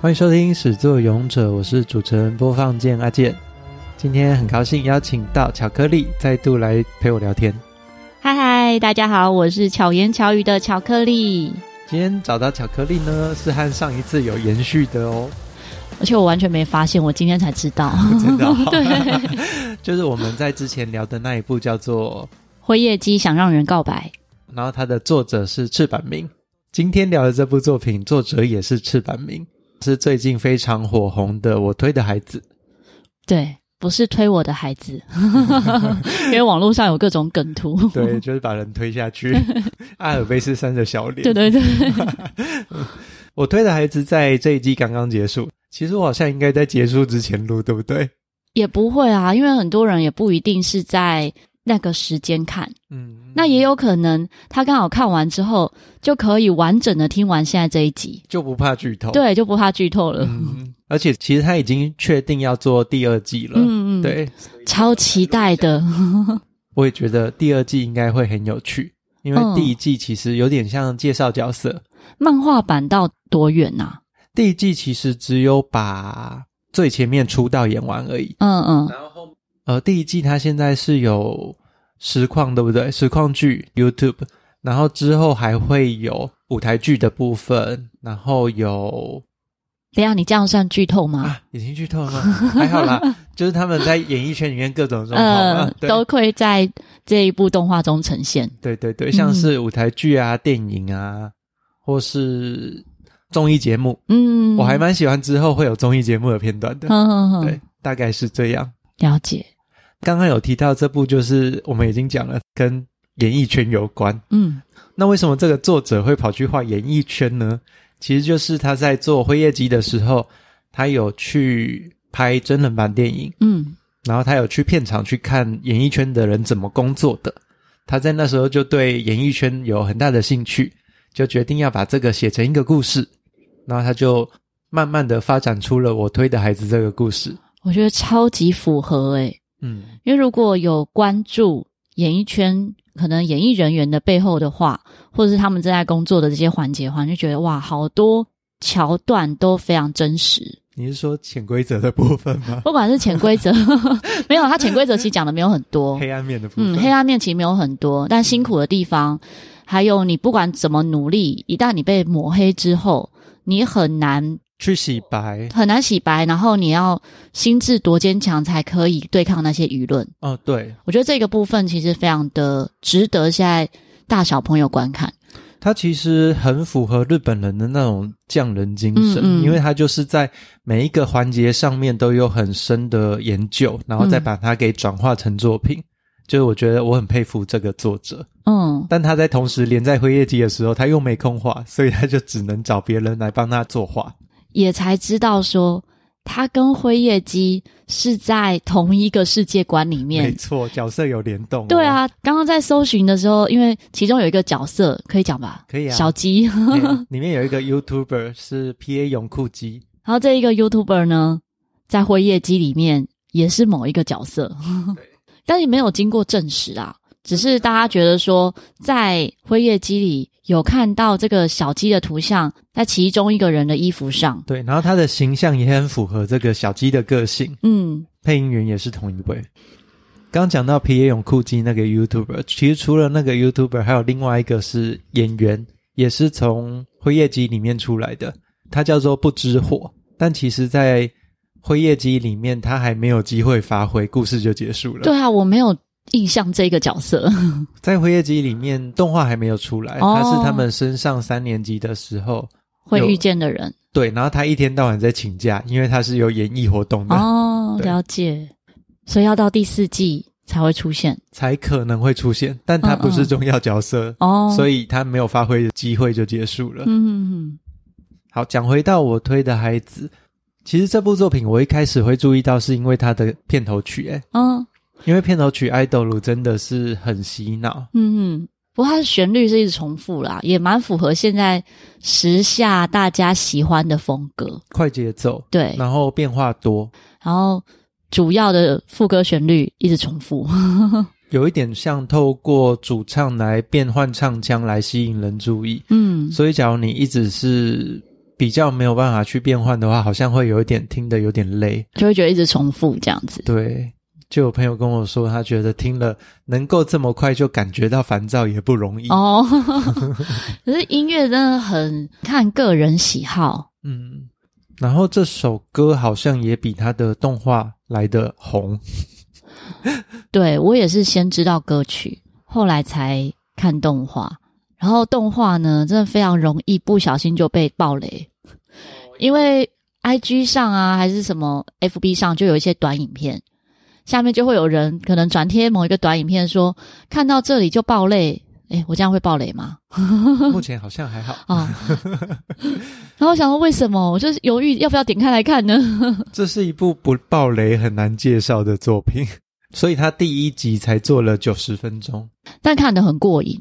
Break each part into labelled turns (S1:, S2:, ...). S1: 欢迎收听《始作俑者》，我是主持人播放键阿健。今天很高兴邀请到巧克力再度来陪我聊天。
S2: 嗨嗨，大家好，我是巧言巧语的巧克力。
S1: 今天找到巧克力呢，是和上一次有延续的 哦，
S2: 而且我完全没发现，我今天才知 道。。
S1: 真的、哦
S2: 对，
S1: 就是我们在之前聊的那一部叫做，
S2: 灰夜姬想让人告白，
S1: 然后它的作者是赤坂明。今天聊的这部作品，作者也是赤坂明，是最近非常火红的《我推的孩子》。
S2: 对，不是推我的孩 子，因为网络上有各种梗图。
S1: 对，就是把人推下去。阿尔卑斯山的小脸。
S2: 对对对，
S1: 我推的孩子在这一季刚刚结束，其实我好像应该在结束之前录，对不对？
S2: 也不会啊，因为很多人也不一定是在那个时间看，
S1: 嗯，
S2: 那也有可能他刚好看完之后就可以完整的听完现在这一集，
S1: 就不怕剧透。，
S2: 对，就不怕剧透了。
S1: 哦嗯，而且其实他已经确定要做第二季了。
S2: 嗯嗯，，
S1: 对，
S2: 超期待的。
S1: 我也觉得第二季应该会很有趣，因为
S2: 嗯
S1: 第一季其实有点像介绍角色，
S2: 漫画版到多远啊呐、
S1: 第一季其实只有把最前面出道演完而已。
S2: 嗯嗯，
S1: 然后呃，第一季它现在是有实况，对不对？实况剧 YouTube，然后之后还会有舞台剧的部分，然后有
S2: 等一下你这样算剧透吗？
S1: 啊，已经剧透了 吗？还好啦，就是他们在演艺圈里面各种状况
S2: 呃
S1: 嘛，，对
S2: 都会在这一部动画中呈现。
S1: 对对对，像是舞台剧啊、电影啊，或是综艺节目，
S2: 嗯，
S1: 我还蛮喜欢之后会有综艺节目的片段的。
S2: 哼哼哼
S1: 对，大概是这样。
S2: 了解。
S1: 刚刚有提到这部，就是我们已经讲了跟演艺圈有关。
S2: 嗯，
S1: 那为什么这个作者会跑去画演艺圈呢？其实就是他在做《辉夜姬》的时候，他有去拍真人版电影，
S2: 嗯，
S1: 然后他有去片场去看演艺圈的人怎么工作的。他在那时候就对演艺圈有很大的兴趣，就决定要把这个写成一个故事。然后他就慢慢的发展出了我推的孩子这个故事。
S2: 我觉得超级符合诶、
S1: 嗯，
S2: 因为如果有关注演艺圈，可能演艺人员的背后的话，或者是他们正在工作的这些环节的话，你就觉得哇，好多桥段都非常真实。
S1: 你是说潜规则的部分吗？
S2: 不管是潜规则， 没有，他潜规则其实讲的没有很多，
S1: 黑暗面的部分。
S2: 嗯，黑暗面其实没有很多，但辛苦的地方，还有你不管怎么努力，一旦你被抹黑之后，你很难
S1: 去洗白
S2: 很难洗白，然后你要心智多坚强才可以对抗那些舆论。
S1: 哦，对，
S2: 我觉得这个部分其实非常的值得现在大小朋友观看。
S1: 他其实很符合日本人的那种匠人精神，
S2: 嗯嗯
S1: 因为他就是在每一个环节上面都有很深的研究，然后再把它给转化成作品。就是我觉得我很佩服这个作者，
S2: 嗯，
S1: 但他在同时连在辉夜姬的时候，他又没空画，所以他就只能找别人来帮他作画。
S2: 也才知道说他跟辉夜姬是在同一个世界观里
S1: 没
S2: 面。
S1: 错，角色有联动、哦
S2: 对，啊，刚刚在搜寻的时候，因为其中有一个角色可以讲吧，
S1: 可以啊。
S2: 小鸡。
S1: 嗯里面有一个 YouTuber 是 PA 泳裤机，
S2: 然后这一个 YouTuber 呢，在辉夜姬里面也是某一个角色， 但是没有经过证实啊，只是大家觉得说，在辉夜姬里有看到这个小鸡的图像在其中一个人的衣服上，
S1: 对，然后他的形象也很符合这个小鸡的个性。
S2: 嗯
S1: 配音员也是同一位。刚讲到皮耶永库基那个 YouTuber，其实除了那个 YouTuber，还有另外一个是演员，也是从《辉夜姬》里面出来的，他叫做不知火。但其实，在《辉夜姬》里面，他还没有机会发挥，故事就结束了。
S2: 对啊，我没有印象这个角色，
S1: 在《辉夜姬》里面，动画还没有出来，
S2: 哦
S1: 他是他们升上三年级的时候，
S2: 会
S1: 有
S2: 遇见的人
S1: 对，然后他一天到晚在请假，因为他是有演艺活动的，
S2: 哦，
S1: 对
S2: 了解，所以要到第四季才会出现
S1: 才可能会出现，但他不
S2: 嗯
S1: 是
S2: 嗯
S1: 重要角色，
S2: 哦，
S1: 所
S2: 以
S1: 以他没有发挥的机会就结束了。
S2: 嗯嗯
S1: 好，讲回到我推的孩子，其实这部作品我一开始会注意到，是因为它的片头曲、诶，
S2: 嗯
S1: 因为片头曲《爱豆鲁》真的是很洗脑。
S2: 嗯，嗯，不过它的旋律是一直重复啦，也蛮符合现在时下大家喜欢的风格。
S1: 快节奏，
S2: 对，
S1: 然后变化多，
S2: 然后主要的副歌旋律一直重复。
S1: 有一点像透过主唱来变换唱腔来吸引人注意。
S2: 嗯
S1: 所以，假如你一直是比较没有办法去变换的话，好像会有一点听的有点累。
S2: 就会觉得一直重复这样子。
S1: 对，就有朋友跟我说，他觉得听了能够这么快就感觉到烦躁也不容易。
S2: 哦， 可是音乐真的很看个人喜好，
S1: 嗯，然后这首歌好像也比他的动画来的红。
S2: 对我也是先知道歌曲，后来才看动画。然后动画呢，真的非常容易不小心就被爆雷，因为 I G 上啊，还是什么 F B 上，就有一些短影片，下面就会有人可能转贴某一个短影片说，看到这里就爆泪。诶，我这样会爆雷吗？
S1: 目前好像还 好，
S2: 啊、然后我想说为什么，我就是犹豫要不要点开来看呢？
S1: 这是一部不爆雷很难介绍的作品，所以他第一集才做了九十分钟。
S2: 但看得很过瘾。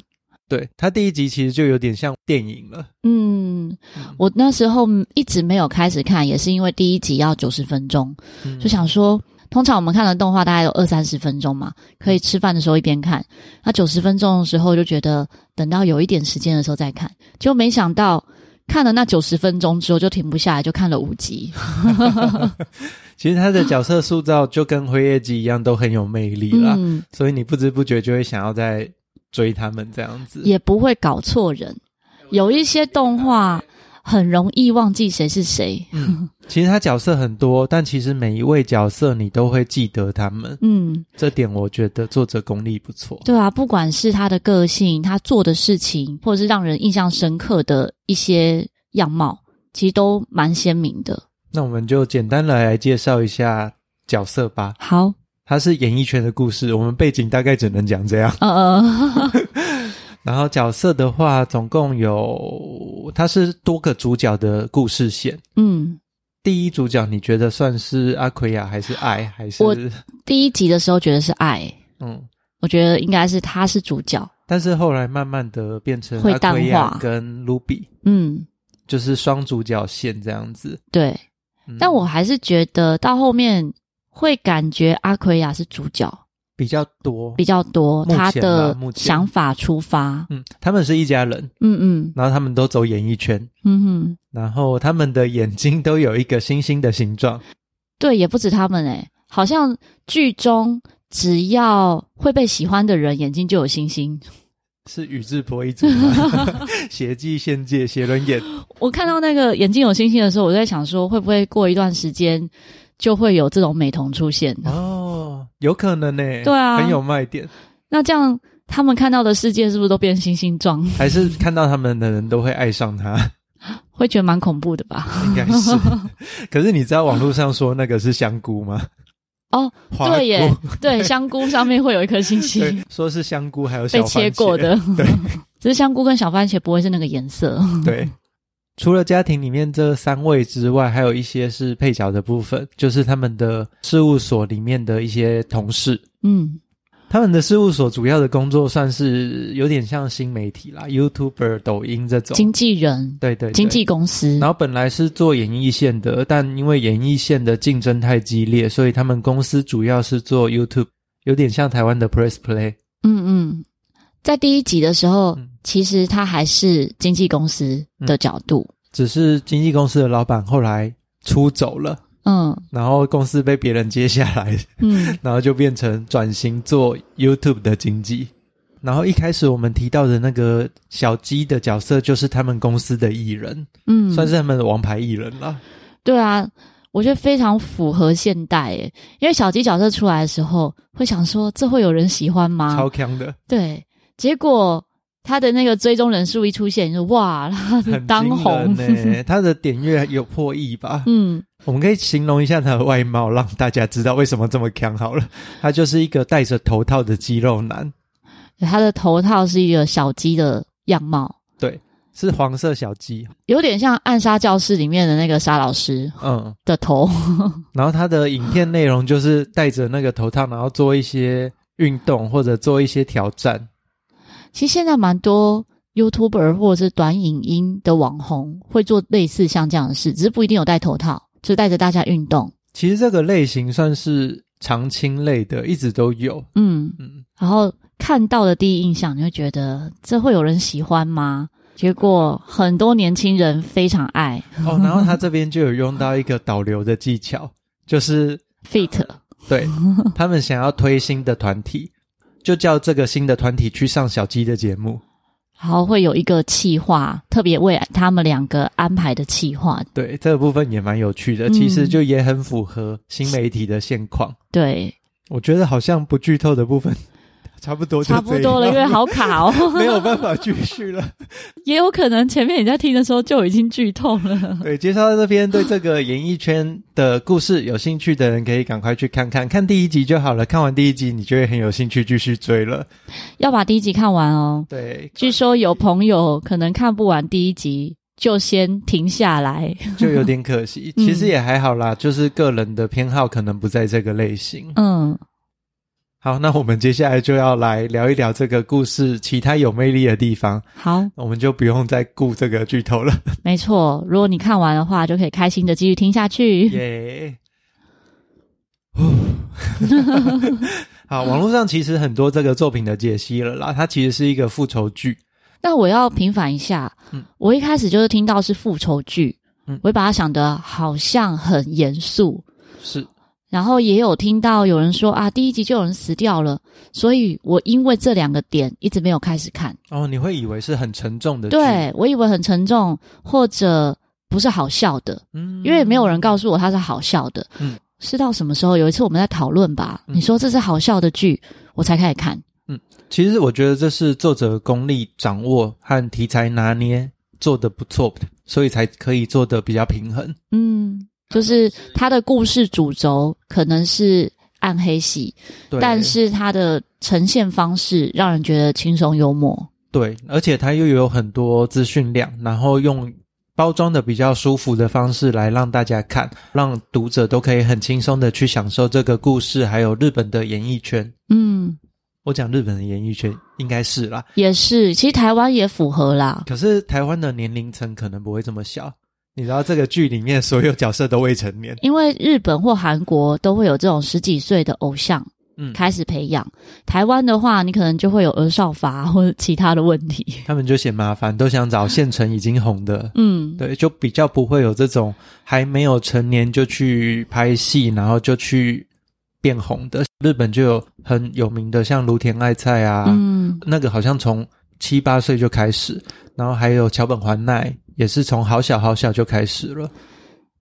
S1: 对他第一集其实就有点像电影了。
S2: 嗯，
S1: 嗯
S2: 我那时候一直没有开始看，也是因为第一集要九十分钟，
S1: 嗯
S2: 就想说，通常我们看的动画大概有二三十分钟嘛，可以吃饭的时候一边看。那九十分钟的时候就觉得等到有一点时间的时候再看，就没想到看了那九十分钟之后就停不下来，就看了五 集。
S1: 其实他的角色塑造就跟辉夜姬一样，都很有魅力啦，
S2: 嗯，
S1: 所以你不知不觉就会想要再追他们这样子。
S2: 也不会搞错人。有一些动画很容易忘记谁是谁。
S1: 嗯，其实他角色很多，但其实每一位角色你都会记得他们，
S2: 嗯，
S1: 这点我觉得作者功力不错。
S2: 对啊，不管是他的个性、他做的事情，或者是让人印象深刻的一些样貌，其实都蛮鲜明的。
S1: 那我们就简单的来介绍一下角色吧。
S2: 好，
S1: 它是演艺圈的故事，我们背景大概只能讲这样。
S2: 呃，
S1: 然后角色的话，总共有它是多个主角的故事线。
S2: 嗯，
S1: 第一主角你觉得算是阿奎亚还是爱还是
S2: 我第一集的时候觉得是爱，
S1: 嗯？
S2: 我觉得应该是他是主角。
S1: 但是后来慢慢的变成
S2: 会
S1: 阿
S2: 淡化
S1: 奎亚跟卢比，
S2: 嗯，
S1: 就是双主角线这样子。
S2: 对。
S1: 嗯
S2: 但我还是觉得到后面会感觉阿奎亚是主角
S1: 比较多
S2: 比，较多，
S1: 目前
S2: 他
S1: 啦
S2: 的
S1: 目前
S2: 想法出发。
S1: 嗯，他们是一家人，
S2: 嗯嗯
S1: 然后他们都走演艺圈，
S2: 嗯哼，
S1: 然后他们的眼睛都有一个星星的形状。
S2: 对，也不止他们诶、欸好像剧中只要会被喜欢的人，眼睛就有星星。
S1: 是宇智波一族 吗？邪技仙界邪轮眼，
S2: 我看到那个眼睛有星星的时候，我在想说，会不会过一段时间就会有这种美瞳出现？
S1: 哦，有可能呢、
S2: 对啊
S1: 很有卖点。
S2: 那这样他们看到的世界是不是都变星星状？
S1: 还是看到他们的人都会爱上他，
S2: 会觉得蛮恐怖的吧？
S1: 应该是。可是你知道网络上说那个是香菇吗？
S2: 哦，
S1: 花菇
S2: 对耶， 对，香菇上面会有一颗星星
S1: 对，，说是香菇，还有小
S2: 被切
S1: 番茄
S2: 过的。
S1: 对
S2: 只是香菇跟小番茄不会是那个颜色。
S1: 对。除了家庭里面这三位之外，还有一些是配角的部分，就是他们的事务所里面的一些同事。
S2: 嗯，
S1: 他们的事务所主要的工作算是有点像新媒体啦，YouTuber、抖音这种。
S2: 经纪人、
S1: 对对对
S2: 经纪公司
S1: 然，后本来是做演艺线的，但因为演艺线的竞争太激烈，所以他们公司主要是做 YouTube，有点像台湾的 Press Play。
S2: 嗯嗯，在第一集的时候，
S1: 嗯
S2: 其实他还是经纪公司的角度。
S1: 只是经纪公司的老板后来出走了，
S2: 嗯
S1: 然后公司被别人接下来，
S2: 嗯
S1: 然后就变成转型做 YouTube 的经纪。然后一开始我们提到的那个小鸡的角色，就是他们公司的艺人，
S2: 嗯，
S1: 算是他们的王牌艺人啦。
S2: 对啊，我觉得非常符合现代诶，因为小鸡角色出来的时候，会想说这会有人喜欢吗
S1: 超？强的，
S2: 对，结果他的那个追踪人数一出现，就 哇，他啊是
S1: 很
S2: 当红，
S1: 呢、 他的点阅有破亿吧？
S2: 嗯，
S1: 我们可以形容一下他的外貌，让大家知道为什么这么强好了。他就是一个戴着头套的肌肉男，
S2: 他的头套是一个小鸡的样貌，
S1: 是黄色小鸡，
S2: 有点像《暗杀教室》里面的那个沙老师
S1: 嗯。
S2: 的头，
S1: 然后他的影片内容就是戴着那个头套，然后做一些运动或者做一些挑战。
S2: 其实现在蛮多 YouTuber 或者是短影音的网红会做类似像这样的事，只是不一定有戴头套，就带着大家运动。
S1: 其实这个类型算是常青类的，一直都 有。
S2: 嗯，
S1: 嗯，
S2: 然后看到的第一印象，你会觉得这会有人喜欢吗？结果很多年轻人非常爱
S1: 哦，然后他这边就有用到一个导流的技巧，就是
S2: fit，
S1: 对他们想要推新的团体，就叫这个新的团体去上小鸡的节目。
S2: 然后会有一个企划，特别为他们两个安排的企划。
S1: 对这个部分也蛮有趣的，
S2: 嗯
S1: 其实就也很符合新媒体的现况。
S2: 对，
S1: 我觉得好像不剧透的部分差不多就
S2: 差不多了，因
S1: 这
S2: 为
S1: 样
S2: 好卡哦。
S1: 没有办法继续了。
S2: 也有可能前面你在听的时候就已经剧透 了。
S1: 对，介绍到这边，对这个演艺圈的故事有兴趣的人可以赶快去看看，看第一集就好了。看完第一集，你就会很有兴趣继续追了。
S2: 要把第一集看完哦。
S1: 对，
S2: 据说有朋友可能看不完第一集，就先停下 来。
S1: 就有点可惜。
S2: 嗯
S1: 其实也还好啦，就是个人的偏好可能不在这个类型。
S2: 嗯，
S1: 好，那我们接下来就要来聊一聊这个故事其他有魅力的地方，
S2: 好，
S1: 我们就不用再顾这个剧 透了。
S2: 没错。如果你看完的话，就可以开心的继续听下去。
S1: 耶！ 好，网络上其实很多这个作品的解析了啦，它其实是一个复仇剧。
S2: 那我要平反一下，
S1: 嗯
S2: 我一开始就是听到是复仇剧，
S1: 嗯
S2: 我会把它想的好像很严肃。
S1: 是，
S2: 然后也有听到有人说啊，第一集就有人死掉了，所以我因为这两个点一直没有开始看。
S1: 哦，你会以为是很沉重的剧，
S2: 对我以为很沉重或者不是好笑的，
S1: 嗯
S2: 因为没有人告诉我它是好笑的。
S1: 嗯
S2: 是到什么时候？有一次我们在讨论吧，
S1: 嗯
S2: 你说这是好笑的剧，我才开始看。
S1: 其实我觉得这是作者功力掌握和题材拿捏做的不错，所以才可以做的比较平衡。
S2: 嗯，就是它的故事主轴可能是暗黑系，
S1: 对，
S2: 但是它的呈现方式让人觉得轻松幽默。
S1: 对，而且它又有很多资讯量，然后用包装的比较舒服的方式来让大家看，让读者都可以很轻松的去享受这个故事，还有日本的演艺圈。
S2: 嗯，
S1: 我讲日本的演艺圈应该是啦，
S2: 也是，其实台湾也符合啦。
S1: 可是台湾的年龄层可能不会这么小。你知道这个剧里面所有角色都未成年，
S2: 因为日本或韩国都会有这种十几岁的偶像
S1: 嗯，
S2: 开始培养，台湾的话，你可能就会有儿少法或者其他的问题。
S1: 他们就嫌麻烦，都想找现成已经红的。
S2: 嗯，
S1: 对，就比较不会有这种还没有成年就去拍戏，然后就去变红的。日本就有很有名的，像芦田爱菜啊，
S2: 嗯，
S1: 那个好像从七八岁就开始，然后还有桥本环奈也是从好小好小就开始了，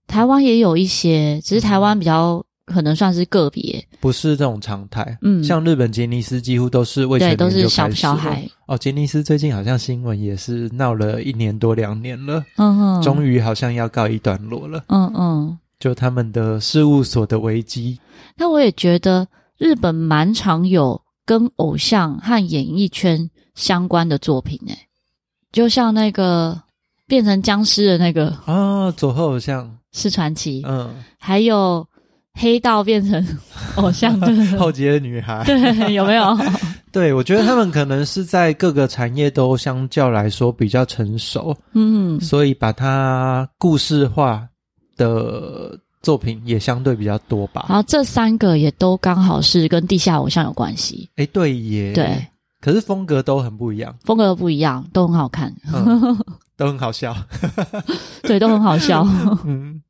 S2: 台湾也有一些，只是台
S1: 嗯
S2: 湾比较可能算是个别，
S1: 不是这种常态。
S2: 嗯
S1: 像日本杰尼斯几乎都是未成年
S2: 对，
S1: 就
S2: 都
S1: 开始
S2: 是小
S1: 了
S2: 小孩。
S1: 哦，杰尼斯最近好像新闻也是闹了一年多两年了，
S2: 嗯哼，
S1: 终于好像要告一段落了，
S2: 嗯嗯。
S1: 就他们的事务所的危机。
S2: 那我也觉得日本蛮常有跟偶像和演艺圈相关的作品、欸，就像那个变成僵尸的那个
S1: 啊，左后偶像，
S2: 是传奇，
S1: 嗯，
S2: 还有黑道变成偶 像的，
S1: 后街的嗯女孩，
S2: 对，有没 有？
S1: 对我觉得他们可能是在各个产业都相较来说比较成熟，
S2: 嗯，
S1: 所以把它故事化的作品也相对比较多
S2: 然
S1: 吧。
S2: 后这三个也都刚好是跟地下偶像有关系，
S1: 哎，对耶，
S2: 对，，
S1: 可是风格都很不一样，
S2: 风格不一样，都很好看，
S1: 嗯、都很好笑。
S2: 对，都很好 笑。
S1: 嗯，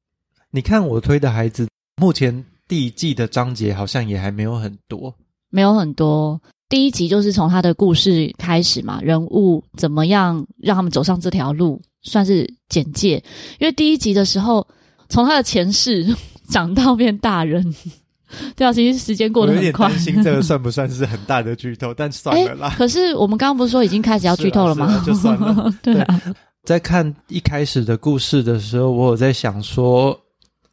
S1: 你看我推的孩子，目前第一季的章节好像也还没有很多。
S2: 没有很多。第一集就是从他的故事开始嘛，人物怎么样让他们走上这条路，算是简介。因为第一集的时候，从他的前世 长到变大人， 对啊，其实时间过得
S1: 我有
S2: 很
S1: 点
S2: 快
S1: 担。心这个算不算是很大的剧透，但算了 啦。
S2: 可是我们刚刚不是说已经开哎始要剧透了吗？
S1: 是啊是啊就算了
S2: 对啊，
S1: 在看一开始的故事的时候，我有在想说，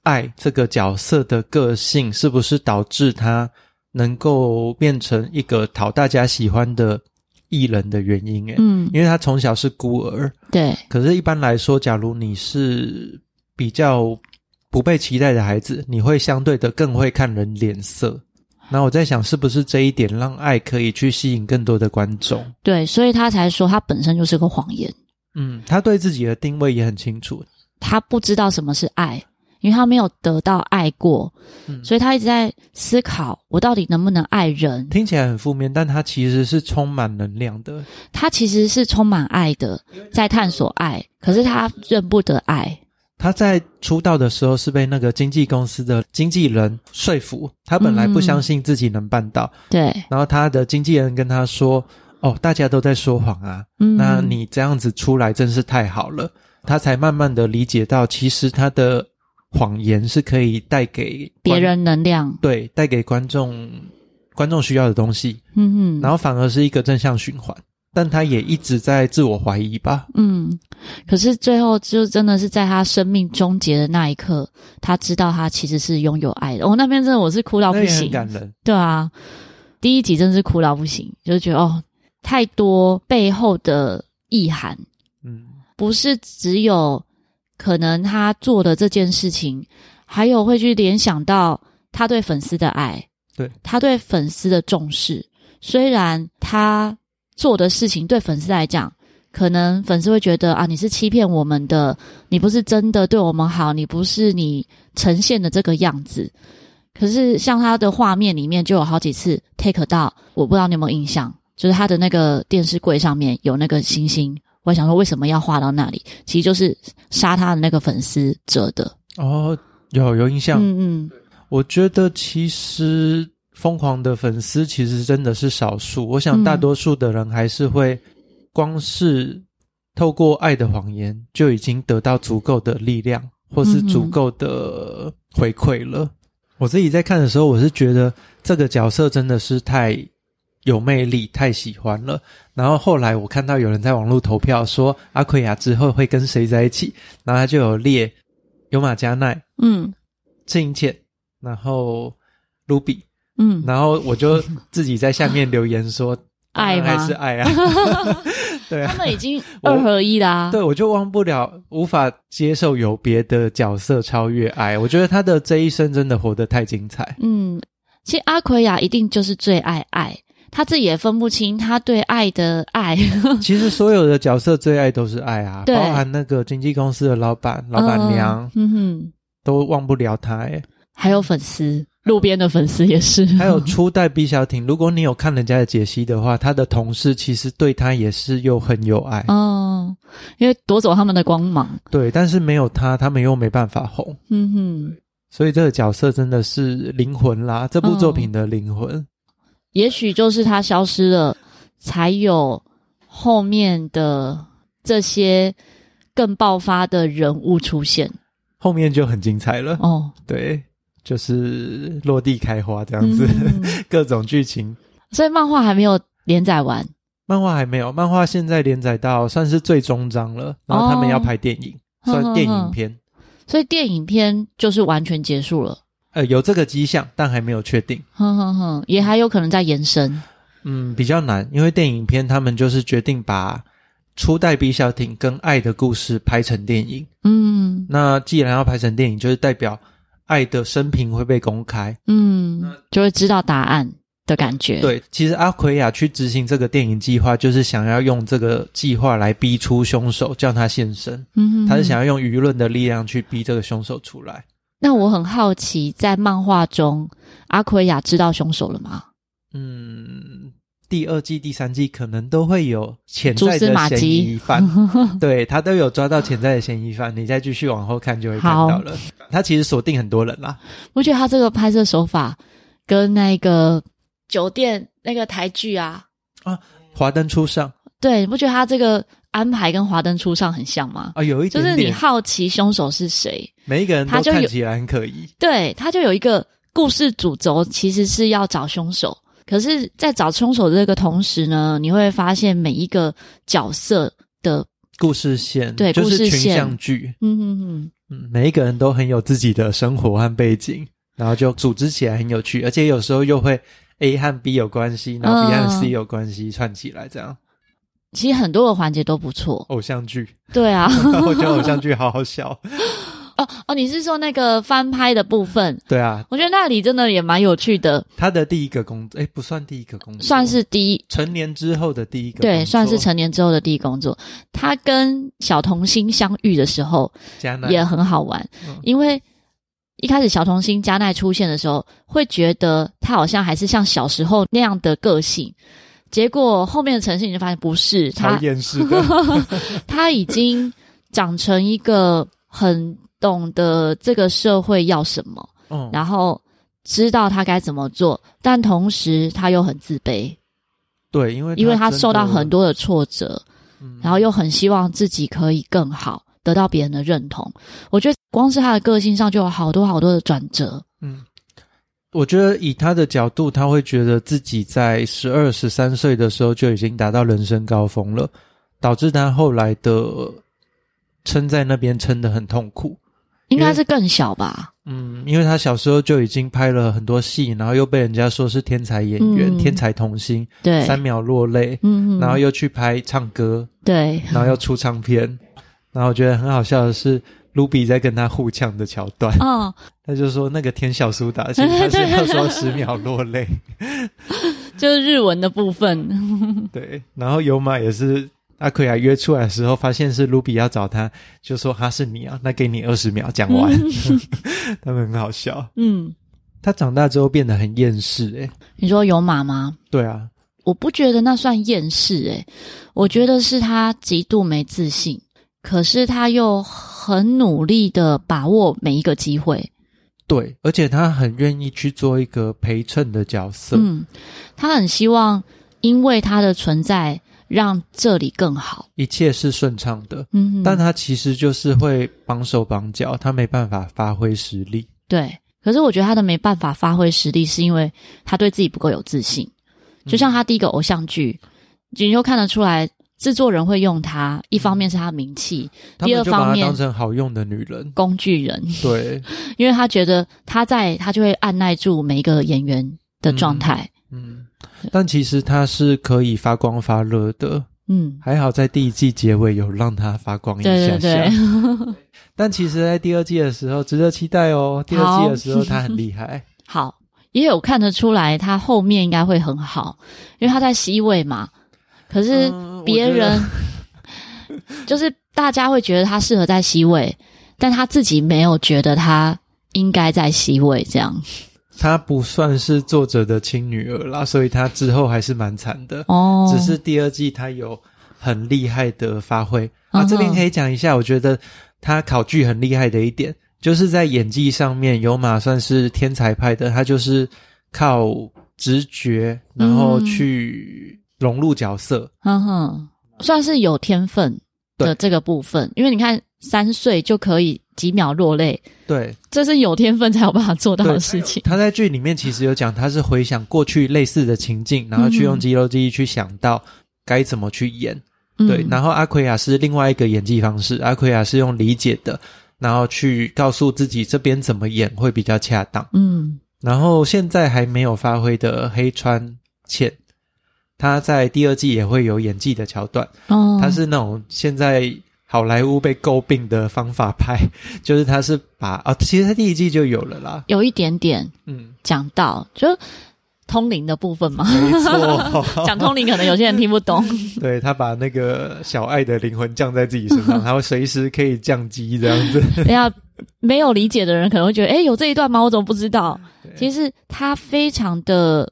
S1: 爱这个角色的个性是不是导致他能够变成一个讨大家喜欢的艺人的原因？诶、
S2: 嗯，
S1: 因为他从小是孤儿，
S2: 对，
S1: 可是，一般来说，假如你是比较不被期待的孩子，你会相对的更会看人脸色。那我在想，是不是这一点让爱可以去吸引更多的观众？
S2: 对，所以他才说他本身就是个谎言，
S1: 嗯，他对自己的定位也很清楚，
S2: 他不知道什么是爱，因为他没有得到爱过，
S1: 嗯
S2: 所以他一直在思考我到底能不能爱人。
S1: 听起来很负面，但它其实是充满能量的。
S2: 他其实是充满爱的，在探索爱，可是他认不得爱。
S1: 他在出道的时候是被那个经纪公司的经纪人说服，他本来不相信自己能办到，
S2: 对，
S1: 然后他的经纪人跟他说：“哦，大家都在说谎啊，
S2: 嗯，
S1: 那你这样子出来真是太好了。”他才慢慢的理解到，其实他的谎言是可以带给观
S2: 别人能量，
S1: 对带给观众观众需要的东西，
S2: 嗯嗯，
S1: 然后反而是一个正向循环。但他也一直在自我怀疑吧，
S2: 嗯，可是最后就真的是在他生命终结的那一刻，他知道他其实是拥有爱的。我、哦那边真的我是哭到
S1: 那
S2: 不
S1: 也很
S2: 行，
S1: 感人。
S2: 对啊，第一集真是哭到不行，就觉得哦，太多背后的意涵，
S1: 嗯，
S2: 不是只有可能他做的这件事情，还有会去联想到他对粉丝的爱，
S1: 对
S2: 他对粉丝的重视。虽然他做的事情对粉丝来讲，可能粉丝会觉得啊，你是欺骗我们的，你不是真的对我们好，你不是你呈现的这个样子。可是像他的画面里面就有好几次 take 到，我不知道你有没有印象，就是他的那个电视柜上面有那个星星，我还想说为什么要画到那里，其实就是杀他的那个粉丝折的。
S1: 哦，有有印象，
S2: 嗯嗯，
S1: 我觉得其实疯狂的粉丝其实真的是少数，我想大多数的人还是会光是透过爱的谎言就已经得到足够的力量，或是足够的回馈了。我自己在看的时候，我是觉得这个角色真的是太有魅力，太喜欢了。然后后来我看到有人在网络投票说阿奎亚之后会跟谁在一起，然后他就有列有马加奈、
S2: 嗯
S1: 赤英浅，然后 Ruby，
S2: 嗯，
S1: 然后我就自己在下面留言说
S2: 爱
S1: 当然还
S2: 吗
S1: 是？爱啊， 对
S2: 他
S1: 啊，
S2: 们已经二合一啦、
S1: 对我就忘不了，无法接受有别的角色超越 爱。我觉得他的这一生真的活得太精彩，
S2: 嗯，其实阿奎啊亚一定就是最爱爱，他自己也分不清他对爱的爱。
S1: 其实所有的角色最爱都是爱啊，
S2: 对
S1: 包含那个经纪公司的老板、老板娘、
S2: 嗯哼，
S1: 都忘不了他、欸。
S2: 还有粉丝，路边的粉丝也是。
S1: 还有初代 B 小艇，如果你有看人家的解析的话，他的同事其实对他也是又很有爱，
S2: 哦，因为夺走他们的光芒。
S1: 对，但是没有他，他们又没办法红。
S2: 嗯哼，
S1: 所以这个角色真的是灵魂啦，这部作品的灵魂。
S2: 嗯也许就是他消失了，才有后面的这些更爆发的人物出现。
S1: 后面就很精彩了，
S2: 哦，
S1: 对，就是落地开花这
S2: 这
S1: 样子， 各种剧情。
S2: 嗯所以漫画还没有连载完。
S1: 漫画还没有，漫画现在连载到算是最终章了，然后他们要拍电影，
S2: 哦
S1: 算电影片，
S2: 所以电影片就是完全结束了，
S1: 呃，有这个迹象，但还没有确定。
S2: 哼哼哼，也还有可能在延伸。
S1: 嗯，比较难，因为电影片他们就是决定把初代 B 小艇跟爱的故事拍成电影。
S2: 嗯
S1: 那既然要拍成电影，就是代表爱的生平会被公开。
S2: 嗯，就会知道答案的感觉。，
S1: 对，其实阿奎亚去执行这个电影计划，就是想要用这个计划来逼出凶手，叫他现身。
S2: 嗯哼哼
S1: 他是想要用舆论的力量去逼这个凶手出来。
S2: 那我很好奇，在漫画中，阿奎亚知道凶手了吗？
S1: 嗯，第二季、第三季可能都会有潜在
S2: 蛛丝马
S1: 的
S2: 迹
S1: 嫌疑犯， 对他都有抓到潜在的嫌疑犯。你再继续往后看就会看到了。他其实锁定很多人啦，
S2: 我觉得他这个拍摄手法跟那个酒店那个台剧啊，
S1: 华灯初上
S2: 对，你不觉得他这个安排跟《华灯初上》很像吗？
S1: 啊，有一
S2: 就
S1: 点
S2: 是
S1: 点，
S2: 你好奇凶手是谁，
S1: 每一个人
S2: 他
S1: 都
S2: 就有
S1: 看起来很可疑。
S2: 对，他就有一个故事主轴，其实是要找凶手。可是，在找凶手的这个同时呢，你会发现每一个角色的，
S1: 故事线
S2: 对
S1: 就
S2: 故
S1: 是
S2: 事
S1: 群
S2: 线
S1: 像剧，
S2: 嗯嗯嗯，
S1: 嗯，每一个人都很有自己的生活和背景，然后就组织起来很有趣，而且有时候又会 A 和 B 有关系，然后 B 和
S2: 嗯
S1: C 有关系，串起来这样
S2: 其实很多的环节都不错。
S1: 偶像剧。
S2: 对啊，
S1: 我觉得偶像剧好好 笑。
S2: 哦哦，你是说那个翻拍的部分？
S1: 对啊，
S2: 我觉得那里真的也蛮有趣的，
S1: 他的第一个工作，哎，不算第一个工作，
S2: 算是第一，
S1: 成年之后的第一个工作，
S2: 对，算是成年之后的第一工作。他跟小童星相遇的时候
S1: 加奈
S2: 也很好玩，
S1: 嗯
S2: 因为一开始小童星加奈出现的时候，会觉得他好像还是像小时候那样的个性。结果后面的呈现，你就发现不是
S1: 超
S2: 他，
S1: 厌 世的，
S2: 他已经长成一个很懂得这个社会要什么，
S1: 嗯，
S2: 然后知道他该怎么做，但同时他又很自卑，
S1: 对，因为
S2: 因为他
S1: 真的
S2: 受到很，多的挫折，
S1: 嗯
S2: 然后又很希望自己可以更好，得到别人的认同。我觉得光是他的个性上就有好多好多的转折。
S1: 嗯，我觉得以他的角度，他会觉得自己在十二、十三岁的时候就已经达到人生高峰了，导致他后来的撑在那边撑得很痛苦。
S2: 应该是更小吧，
S1: 嗯，因为他小时候就已经拍了很多戏，然后又被人家说是天才演员、
S2: 嗯
S1: 天才童星，
S2: 对，
S1: 三秒落泪，
S2: 嗯，
S1: 然后又去拍唱歌，
S2: 对，
S1: 然后又出唱片。然后我觉得很好笑的是，卢比在跟他互呛的桥段，
S2: 嗯，
S1: 他就说那个天小苏打，其实他是要说十秒落泪。
S2: 就是日文的部分，
S1: 对，然后尤马也是阿奎亚约出来的时候，发现是卢比要找他，就说他是你啊，那给你二十秒讲完， 他们很好笑。
S2: 嗯，
S1: 他长大之后变得很厌世、欸，
S2: 你说有马吗？
S1: 对啊，
S2: 我不觉得那算厌世、欸，诶，我觉得是他极度没自信，可是他又很努力的把握每一个机会，
S1: 对，而且他很愿意去做一个陪衬的角色，
S2: 嗯，他很希望因为他的存在让这里更好，
S1: 一切是顺畅的，
S2: 嗯哼，
S1: 但他其实就是会绑手绑脚，他没办法发挥实力。
S2: 对，可是我觉得他的没办法发挥实力，是因为他对自己不够有自信。
S1: 嗯
S2: 就像他第一个偶像剧，你就看得出来，制作人会用他，一方面是他名气，
S1: 他
S2: 第二
S1: 们就把
S2: 方
S1: 她
S2: 面
S1: 当成好用的女 人，
S2: 工具人，
S1: 对，
S2: 因为他觉得他在，他就会按耐住每一个演员的状态。
S1: 嗯，但其实她是可以发光发热的，
S2: 嗯，
S1: 还好在第一季结尾有让它发光一
S2: 对
S1: 下下，
S2: 对对，
S1: 但其实，在第二季的时候值得期待哦。第二季的时候他很厉害，
S2: 好，也有看得出来，他后面应该会很好，因为他在 C 位嘛。可是
S1: 嗯我
S2: 别
S1: 觉得
S2: 人、 就是大家会觉得他适合在 C 位，但他自己没有觉得他应该在 C 位这样。
S1: 她不算是作者的亲女儿啦，所以她之后还是蛮惨的。
S2: 哦，
S1: 只是第二季她有很厉害的发挥
S2: 嗯
S1: 啊，
S2: 哼
S1: 这边可以讲一下，我觉得她考据很厉害的一点，就是在演技上面，有马算是天才派的，她就是靠直觉，然后
S2: 嗯
S1: 去融入角色。
S2: 哼嗯哼，算是有天分的
S1: 对
S2: 这个部分，因为你看三岁就可以几秒落泪，
S1: 对，
S2: 这是有天分才有办法做到的事情。
S1: 他在剧里面其实有讲，他是回想过去类似的情境，然后去
S2: 嗯
S1: 用肌肉记忆去想到该怎么去演。对，
S2: 嗯
S1: 然后阿奎亚是另外一个演技方式，阿奎亚是用理解的，然后去告诉自己这边怎么演会比较恰当。
S2: 嗯
S1: 然后现在还没有发挥的黑川茜，她在第二季也会有演技的桥段，
S2: 哦，
S1: 她是那种现在。好莱坞被诟病的方法派，就是她是把啊、其实她第一季就有了啦，
S2: 有一点点
S1: 嗯，
S2: 讲到就通灵的部分嘛。
S1: 没 错，
S2: 讲通灵可能有些人听不懂，
S1: 对他把那个小爱的灵魂降在自己身上，他会随时可以降级这样子。
S2: 等一下没有理解的人可能会觉得，哎、有这一段吗？我怎么不知道？
S1: 对
S2: 其实他非常的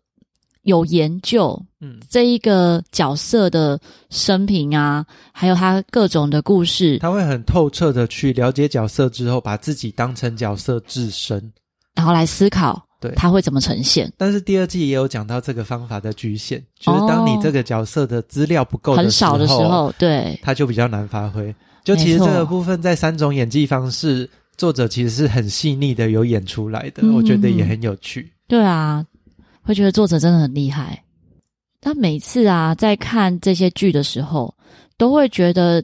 S2: 有研究
S1: 嗯，
S2: 这一个角色的生平啊，还有他各种的故事，
S1: 他会很透彻的去了解角色之后，把自己当成角色置身。
S2: 然后来思考
S1: 对
S2: 他会怎么呈现，
S1: 但是第二季也有讲到这个方法的局限，就是当你这个角色的资料不够
S2: 很
S1: 时候，
S2: 少的时候，对，
S1: 他就比较难发挥。就其
S2: 没
S1: 实
S2: 错
S1: 这个部分在三种演技方式，作者其实是很细腻的有演出来的，
S2: 嗯
S1: 我觉得也很有趣。
S2: 对啊，会觉得作者真的很厉害。但每次啊，在看这些剧的时候，都会觉得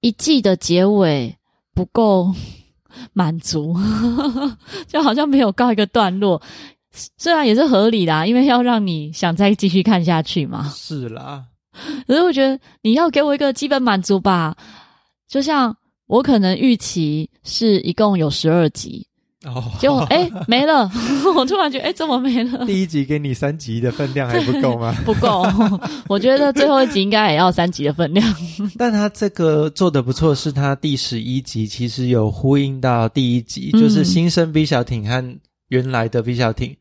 S2: 一季的结尾不够 满足， 就好像没有告一个段落。虽然也是合理啦，因为要让你想再继续看下去嘛。
S1: 是啦，
S2: 可是我觉得你要给我一个基本满足吧。就像我可能预期是一共有十二集，
S1: 哦，
S2: 结果哎、没了， 我突然觉得哎、怎么没了？
S1: 第一集给你三集的分量还不够吗？
S2: 不够， 我觉得最后一集应该也要三集的分量。
S1: 但他这个做的不错，是他第十一集其实有呼应到第一集，
S2: 嗯
S1: 就是新生 B 小艇和原来的 B 小艇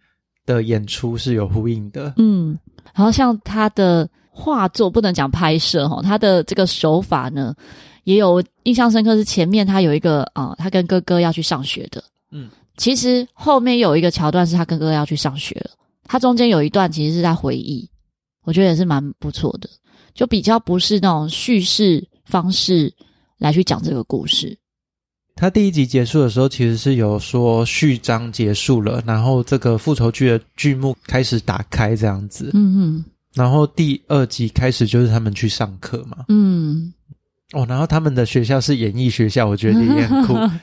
S1: 的演出是有呼应的。
S2: 嗯，然后像他的画作不能讲拍摄哈，他的这个手法呢，也有我印象深刻是前面他有一个啊、他跟哥哥要去上学的，
S1: 嗯，
S2: 其实后面有一个桥段是他跟哥哥要去上学了，他中间有一段其实是在回忆，我觉得也是蛮不错的，就比较不是那种叙事方式来去讲这个故事，
S1: 他第一集结束的时候，其实是有说序章结束了，然后这个复仇剧的剧目开始打开这样子，
S2: 嗯
S1: 然后第二集开始就是他们去上课嘛。
S2: 嗯
S1: 哦，然后他们的学校是演艺学校，我觉得也很酷。
S2: 嗯，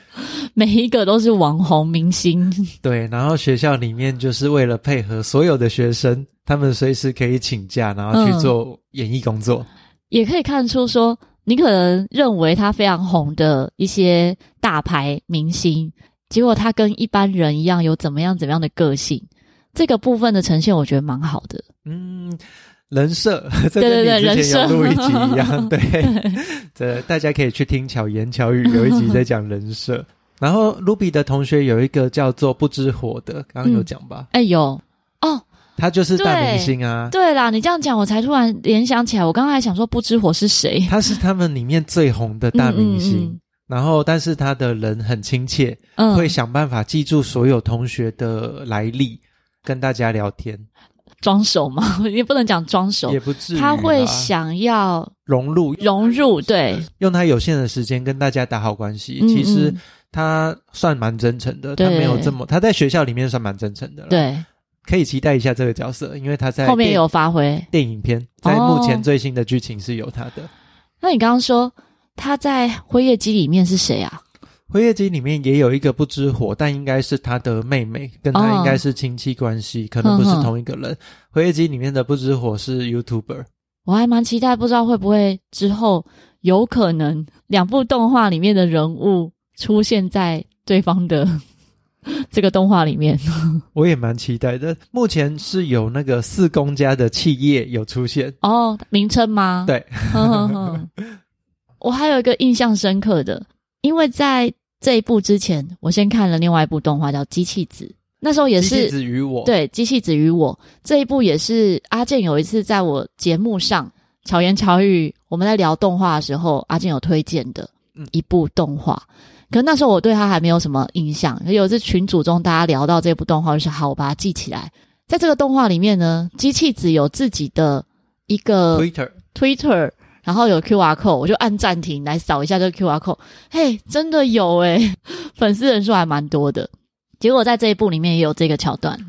S2: 每一个都是网红明星，
S1: 对，然后学校里面就是为了配合所有的学生，他们随时可以请假，然后去
S2: 嗯
S1: 做演艺工作。
S2: 也可以看出说，你可能认为他非常红的一些大牌明星，结果他跟一般人一样有怎么样怎么样的个性，这个部分的呈现我觉得蛮好的。
S1: 嗯，人设， 这
S2: 对对
S1: 跟
S2: 对
S1: 你之前有录一
S2: 人设
S1: 集一 样，对，这大家可以去听巧言巧语有一集在讲人设。然后 Ruby 的同学有一个叫做不知火的，刚刚有讲吧？
S2: 哎有哦，
S1: 他就是大明星啊，
S2: 对啦，你这样讲，我才突然联想起来，我刚刚还想说不知火是谁，
S1: 他是他们里面最红的大明
S2: 嗯
S1: 星。然后，但是他的人很亲切，
S2: 嗯，嗯嗯
S1: 会想办法记住所有同学的来历，跟大家聊天，
S2: 装熟吗？ 也不能讲装熟
S1: 也，不至于啦、
S2: 他会想要
S1: 融入，
S2: 融入，对，
S1: 用他有限的时间跟大家打好关系。
S2: 嗯
S1: 其实
S2: 嗯
S1: 他算蛮真诚的，
S2: 对
S1: 他没有这么，他在学校里面算蛮真诚的了。，
S2: 对，
S1: 可以期待一下这个角色，因为他呃在
S2: 后面
S1: 电
S2: 有发挥，
S1: 电影片，在目前最新的剧情是有他的。
S2: 哦那你刚刚说他在辉夜姬里面是谁啊？
S1: 辉夜姬里面也有一个不知火，但应该是他的妹妹，跟他应该是亲戚关系，可能不是
S2: 哦嗯哼
S1: 同一个人。辉夜姬里面的不知火是 YouTuber，
S2: 我还蛮期待，不知道会不会之后有可能 两部动画里面的人物出现在对方的 这个动画里面。
S1: 我也蛮期待的。目前是有那个四公家的企业有出现，
S2: 哦，名称吗？
S1: 对
S2: 哼哼哼。我还有一个印象深刻的，因为在这一部之前，我先看了另外一部动画叫《机器子》，那时候也
S1: 妻
S2: 是
S1: 子与我，
S2: 对《机器子与我》这一部也是阿健有一次在我节目上巧言巧语，我们在聊动画的时候，阿健有推荐的
S1: 嗯
S2: 一部动画。可那时候我对他还没有什么印象。有一次群组中大家聊到这部动画，我就说好，我把它记起来。在这个动画里面呢，机器子有自己的一个
S1: Twitter。
S2: Twitter，然后有 QR code，我就按暂停来扫一下这个 QR code。嘿，真的有诶、 粉丝人数还蛮多的。结果在这一部里面也有这个桥段。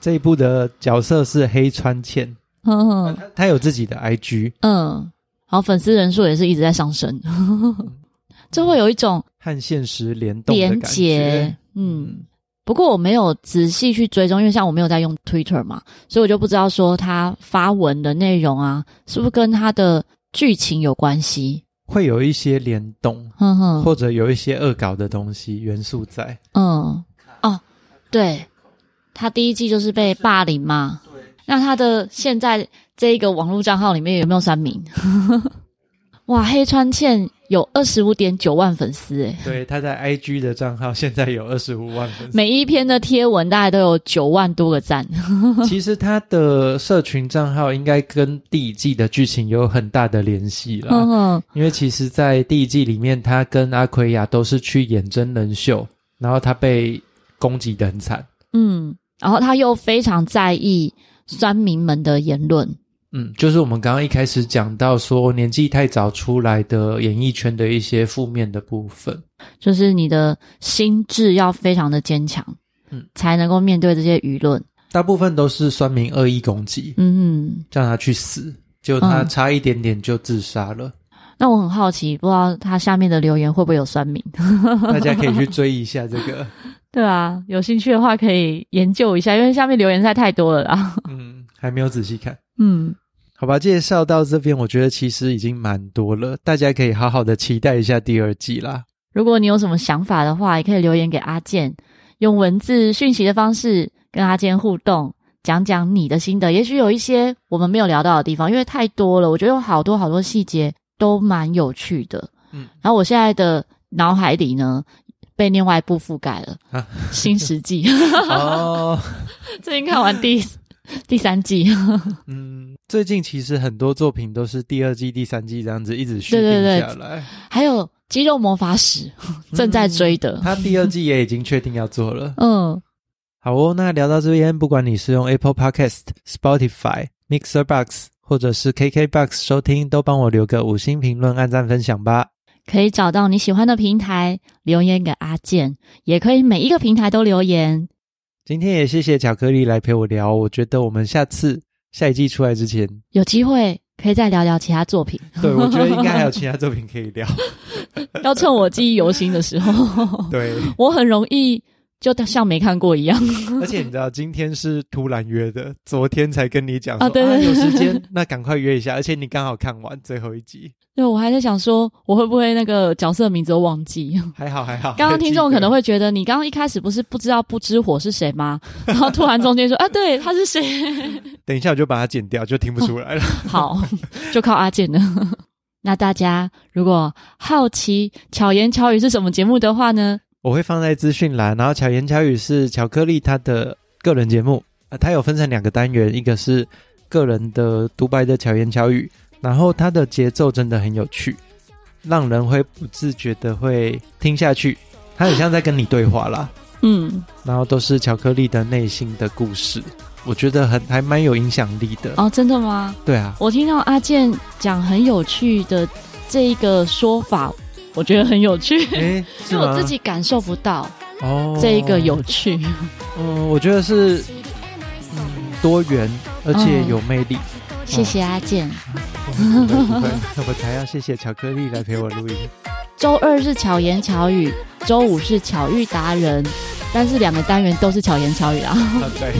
S1: 这一部的角色是黑川茜，
S2: 嗯
S1: 她有自己的 IG
S2: 嗯，然后粉丝人数也是一直在上升，就会有一种
S1: 和现实联动的
S2: 连
S1: 嗯感
S2: 结
S1: 觉。。
S2: 嗯，，不过我没有仔细去追踪，因为像我没有在用 Twitter 嘛，所以我就不知道说他发文的内容啊，是不是跟他的剧情有关系。嗯
S1: 会有一些联动，
S2: 哼哼，
S1: 或者有一些恶搞的东西元素在。
S2: 嗯，哦，对，他第一季就是被霸凌嘛。那他的现在这一个网络账号里面有没有酸民？ 哇，黑川茜有二十五点九万粉丝欸诶、
S1: 对，她在 IG 的账号现在有二十五万粉丝。
S2: 每一篇的贴文大概都有九万多个赞。
S1: 其实她的社群账号应该跟第一季的剧情有很大的联系啦，
S2: 嗯
S1: 因为其实，在第一季里面，她跟阿奎亚都是去演真人秀，然后她被攻击的很惨。
S2: 嗯，然后他又非常在意酸民们的言论。
S1: 嗯，就是我们刚刚一开始讲到说，年纪太早出来的演艺圈的一些负面的部分。
S2: 就是你的心智要非常的坚强，
S1: 嗯
S2: 才能够面对这些舆论。
S1: 大部分都是酸民恶意攻击，
S2: 嗯，
S1: 叫他去死，结果他
S2: 嗯
S1: 差一点点就自杀了。
S2: 那我很好奇，不知道他下面的留言会不会有酸民？
S1: 大家可以去追一下这个。
S2: 对啊，有兴趣的话可以研究一下，因为下面留言实在太多了啦。
S1: 嗯，还没有仔细看。
S2: 嗯，
S1: 好吧，介绍到这边，我觉得其实已经蛮多了，大家可以好好的期待一下第二季啦。
S2: 如果你有什么想法的话，也可以留言给阿健。用文字讯息的方式跟他今天互动，讲讲你的心得。也许有一些我们没有聊到的地方，因为太多了，我觉得有好多好多细节都蛮有趣的。
S1: 嗯
S2: 嗯，然后我现在的脑海里呢，被另外一部覆盖了，
S1: 啊
S2: 新实际》
S1: 哦，
S2: 最近看完第第三季，
S1: 嗯，最近其实很多作品都是第二季、第三季这样子一直续
S2: 对对
S1: 订
S2: 对
S1: 下来。
S2: 还有《肌肉魔法 史》正在追的。
S1: 他第二季也已经确定要做 了。
S2: 嗯，
S1: 好哦，那聊到这边，不管你是用 Apple Podcast、Spotify、Mixer Box 或者是 KK Box 收听，都帮我留个五星评论、按赞、分享吧。
S2: 可以找到你喜欢的平台留言给阿健，也可以每一个平台都留言。
S1: 今天也谢谢巧克力来陪我聊，我觉得我们下次下一季出来之前，
S2: 有机会可以再聊聊其他作品，
S1: 对我觉得应该还有其他作品可以聊。
S2: 要趁我记忆犹新的时 候。
S1: 对，
S2: 我很容易就像没看过一样。
S1: 而且你知道今天是突然约的，昨天才跟你讲说
S2: 啊对对
S1: 有
S2: 对
S1: 时间， 那赶快约一下。而且你刚好看完最后一集，
S2: 对，我还在想说，我会不会那个角色名字都忘 记？
S1: 还好还好。
S2: 刚刚听众可能
S1: 会
S2: 会觉得，你刚刚一开始不是不知道不知火是谁吗？然后突然中 间说啊，对，他是谁？
S1: 等一下我就把它剪掉，就听不出 来了。
S2: 好，就靠阿健了。 那大家如果好奇《巧言巧语》是什么节目的话呢？
S1: 我会放在资讯栏。然后巧言巧语是巧克力他的个人节目，呃，它有分成两个单元，一个是个人的独白的巧言巧语，然后它的节奏真的很有趣，让人会不自觉的会听下去，它很像在跟你对话啦。
S2: 嗯，
S1: 然后都是巧克力的内心的故事，我觉得很还蛮有影响力的。
S2: 哦，真的吗？
S1: 对 啊，
S2: 我听到阿健讲很有趣的这一个说法，我觉得很有趣，
S1: 诶，
S2: 是
S1: 是
S2: 我
S1: 吗
S2: 自己感受不到
S1: 哦，
S2: 这一个有趣。
S1: 嗯，我觉得是嗯多元，而且
S2: 嗯
S1: 有魅力。
S2: 谢谢阿健。
S1: 不会不会， 我才要谢谢巧克力来陪我录音。
S2: 周二是巧言巧语，周五是巧遇达人，但是两个单元都是巧言巧语啊。
S1: 啊，对，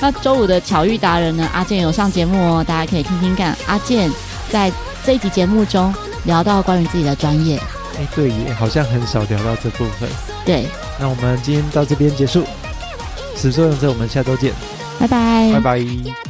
S2: 那周五的巧遇达人呢，阿健有上节目哦，大家可以听听看。阿健在这一集节目中聊到关于自己的专业，
S1: 哎，对耶，好像很少聊到这部分。
S2: 对，
S1: 那我们今天到这边结束，始作俑者，我们下周见，
S2: 拜拜，
S1: 拜拜。